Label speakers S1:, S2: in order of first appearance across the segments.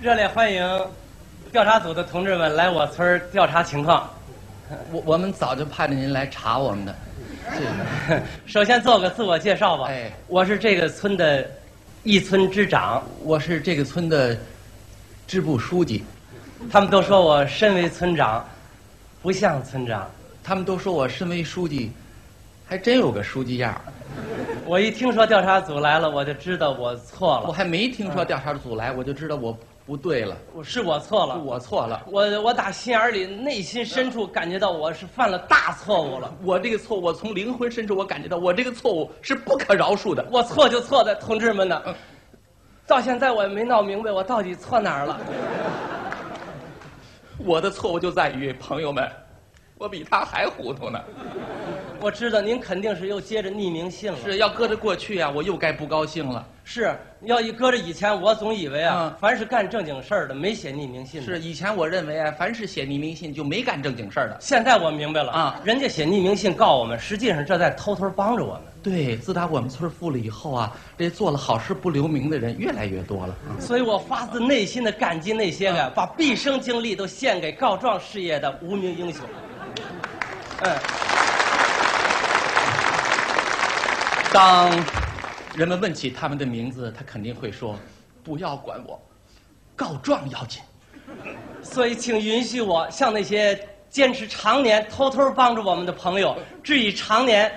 S1: 热烈欢迎调查组的同志们来我村儿调查情况。
S2: 我我们早就盼着您来查我们的，这个
S1: 首先做个自我介绍吧，
S2: 哎
S1: 我是这个村的一村之长，
S2: 我是这个村的支部书记，
S1: 他们都说我身为村长不像村长，
S2: 他们都说我身为书记，还真有个书记样儿。
S1: 我一听说调查组来了，我就知道我错
S2: 我
S1: 了，
S2: 还没听说调查组来，我就知道我不对了，
S1: 我是我错了，
S2: 我错了。
S1: 我我打心眼儿里内心深处感觉到我是犯了大错误了，
S2: 我这个错误，我从灵魂深处我感觉到，我这个错误是不可饶恕的。
S1: 我错就错在同志们呢，
S2: 嗯
S1: 到现在我也没闹明白我到底错哪儿了。
S2: 我的错误就在于，朋友们，我比他还糊涂呢。
S1: 我知道您肯定是又接着匿名信了，
S2: 是要搁着过去啊，我又该不高兴了。
S1: 是要一搁着以前，我总以为啊，
S2: 嗯
S1: 凡是干正经事儿的，没写匿名信的。
S2: 是，以前我认为啊，凡是写匿名信就没干正经事儿的。
S1: 现在我明白了
S2: 啊
S1: 人家写匿名信告我们，实际上这在偷偷帮着我们。
S2: 对，自打我们村儿富了以后啊，这做了好事不留名的人越来越多了。
S1: 所以我发自内心的感激那些个、
S2: 嗯
S1: 把毕生精力都献给告状事业的无名英雄。嗯，
S2: 当人们问起他们的名字，他肯定会说：“不要管我，告状要紧。
S1: 所以请允许我向那些坚持常年偷偷帮助我们的朋友，致以常年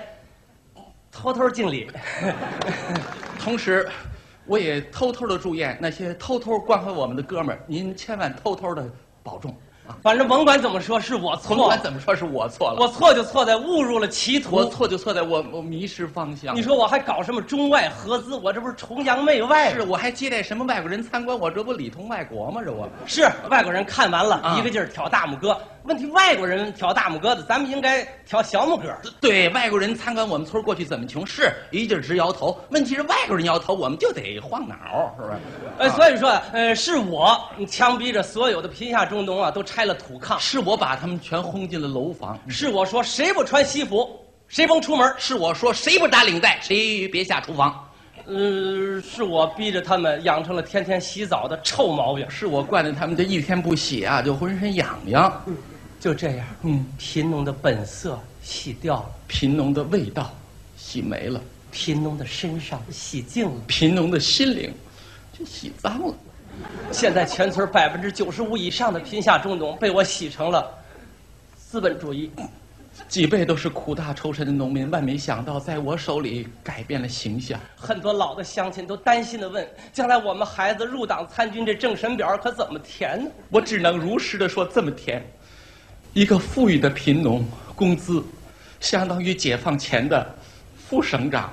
S1: 偷偷敬礼。”
S2: 同时，我也偷偷的祝愿那些偷偷关怀我们的哥们儿，您千万偷偷的保重啊！
S1: 反正甭管怎么说，是我
S2: 甭
S1: 错
S2: 管
S1: 了。
S2: 怎么说，是我错了，
S1: 我错就错在误入了歧
S2: 我
S1: 途。
S2: 错就错在我我迷失方向。
S1: 你说我还搞什么中外合资？我这不是崇洋媚外
S2: 是，
S1: 吗？
S2: 我还接待什么外国人参观，我这不里通外国吗？这我
S1: 是外国人看完了，
S2: 啊
S1: 一个劲儿挑大拇哥。问题外国人挑大拇哥的，咱们应该挑小拇哥。
S2: 啊对外国人参观我们村儿过去怎么穷，是一劲儿直摇头。问题是外国人摇头，我们就得晃脑儿，是不是？
S1: 呃，
S2: 以
S1: 所以说，呃，是我强逼着所有的贫下中农啊都拆了土炕，
S2: 是我把他们全轰进了楼房，
S1: 是我说谁不穿西服谁甭出门儿，
S2: 是我说谁不打领带谁别下厨房，
S1: 呃，是我逼着他们养成了天天洗澡的臭毛病。
S2: 是我惯着他们这一天不洗啊就浑身痒痒。
S1: 就这样，
S2: 嗯，
S1: 贫农的本色洗掉了，
S2: 贫农的味道洗没了，
S1: 贫农的身上洗净了。
S2: 贫农的心灵就洗脏了。
S1: 现在全村百分之九十五以上的贫下中农被我洗成了资本主义。
S2: 几辈都是苦大仇深的农民，万没想到在我手里改变了形象。
S1: 很多老的乡亲都担心的问：将来我们孩子入党参军，这政审表可怎么填呢？
S2: 我只能如实的说这么甜。一个富裕的贫农，工资相当于解放前的副省长。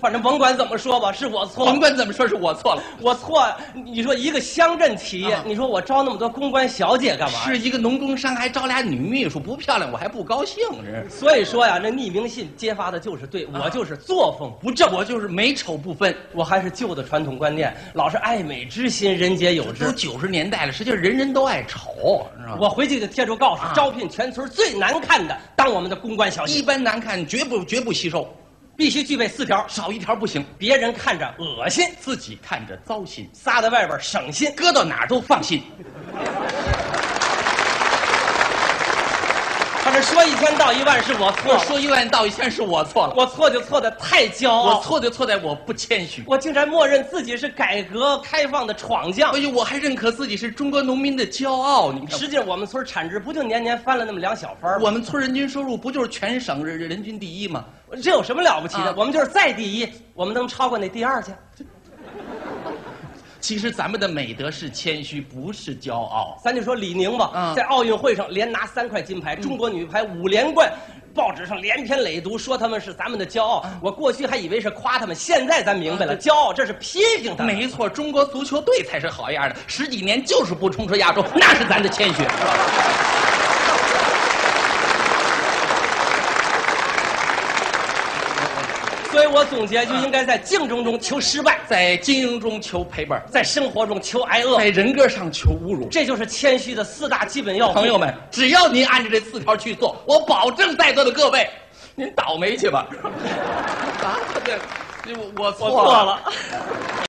S1: 反正甭管怎么说吧，是我错
S2: 甭
S1: 了，
S2: 管怎么说，是我错了。
S1: 我错。你说一个乡镇企业
S2: 啊，
S1: 你说我招那么多公关小姐干嘛？
S2: 是一个农工商，还招俩女秘书，不漂亮我还不高兴。这
S1: 所以说呀，那匿名信揭发的就是对，
S2: 啊
S1: 我就是作风不正，
S2: 我就是美丑不分。
S1: 我还是旧的传统观念，老是爱美之心，人皆有之
S2: 都。九十年代了，实际上人人都爱丑，知道吧？
S1: 我回去就贴出告示，
S2: 啊
S1: 招聘全村最难看的当我们的公关小
S2: 一
S1: 姐，
S2: 般难看，绝不绝不吸收，
S1: 必须具备四条：
S2: 少一条不行，
S1: 别人看着恶心，
S2: 自己看着糟心，
S1: 撒在外边省心。
S2: 搁到哪儿都放心。
S1: 反正说一千道一万是我错
S2: 我
S1: 了，
S2: 说一万道一千，是我错了。
S1: 我错就错的太骄傲，
S2: 我，错就错在我不谦虚。
S1: 我竟然默认自己是改革开放的闯将
S2: 哎。呦，我还认可自己是中国农民的骄傲。你看，
S1: 实际上我们村产值不就年年翻了那么两小番儿吗？
S2: 我们村人均收入不就是全省人人均第一吗？
S1: 这有什么了不起的？
S2: 啊
S1: 我们就是再第一，我们能超过那第二去？
S2: 其实咱们的美德是谦虚，不是骄傲。
S1: 咱就说李宁吧，
S2: 啊
S1: 在奥运会上连拿三块金
S2: 嗯
S1: 牌，中国女排五连冠，报纸上连篇累牍说他们是咱们的骄傲。
S2: 嗯
S1: 我过去还以为是夸他们，现在咱明白了，骄傲这是批评他们。
S2: 没错，中国足球队才是好样的，十几年就是不冲出亚洲，那是咱的谦虚。
S1: 所以我总结就
S2: 嗯
S1: 应该在竞争中求失败，
S2: 在经营中求赔本，
S1: 在生活中求挨饿
S2: 在，人格上求侮辱。
S1: 这就是谦虚的四大基本要素。
S2: 朋友们，只要您按照这四条去做，我保证在座的各位，您倒霉去吧。啊，对，我我
S1: 我错了。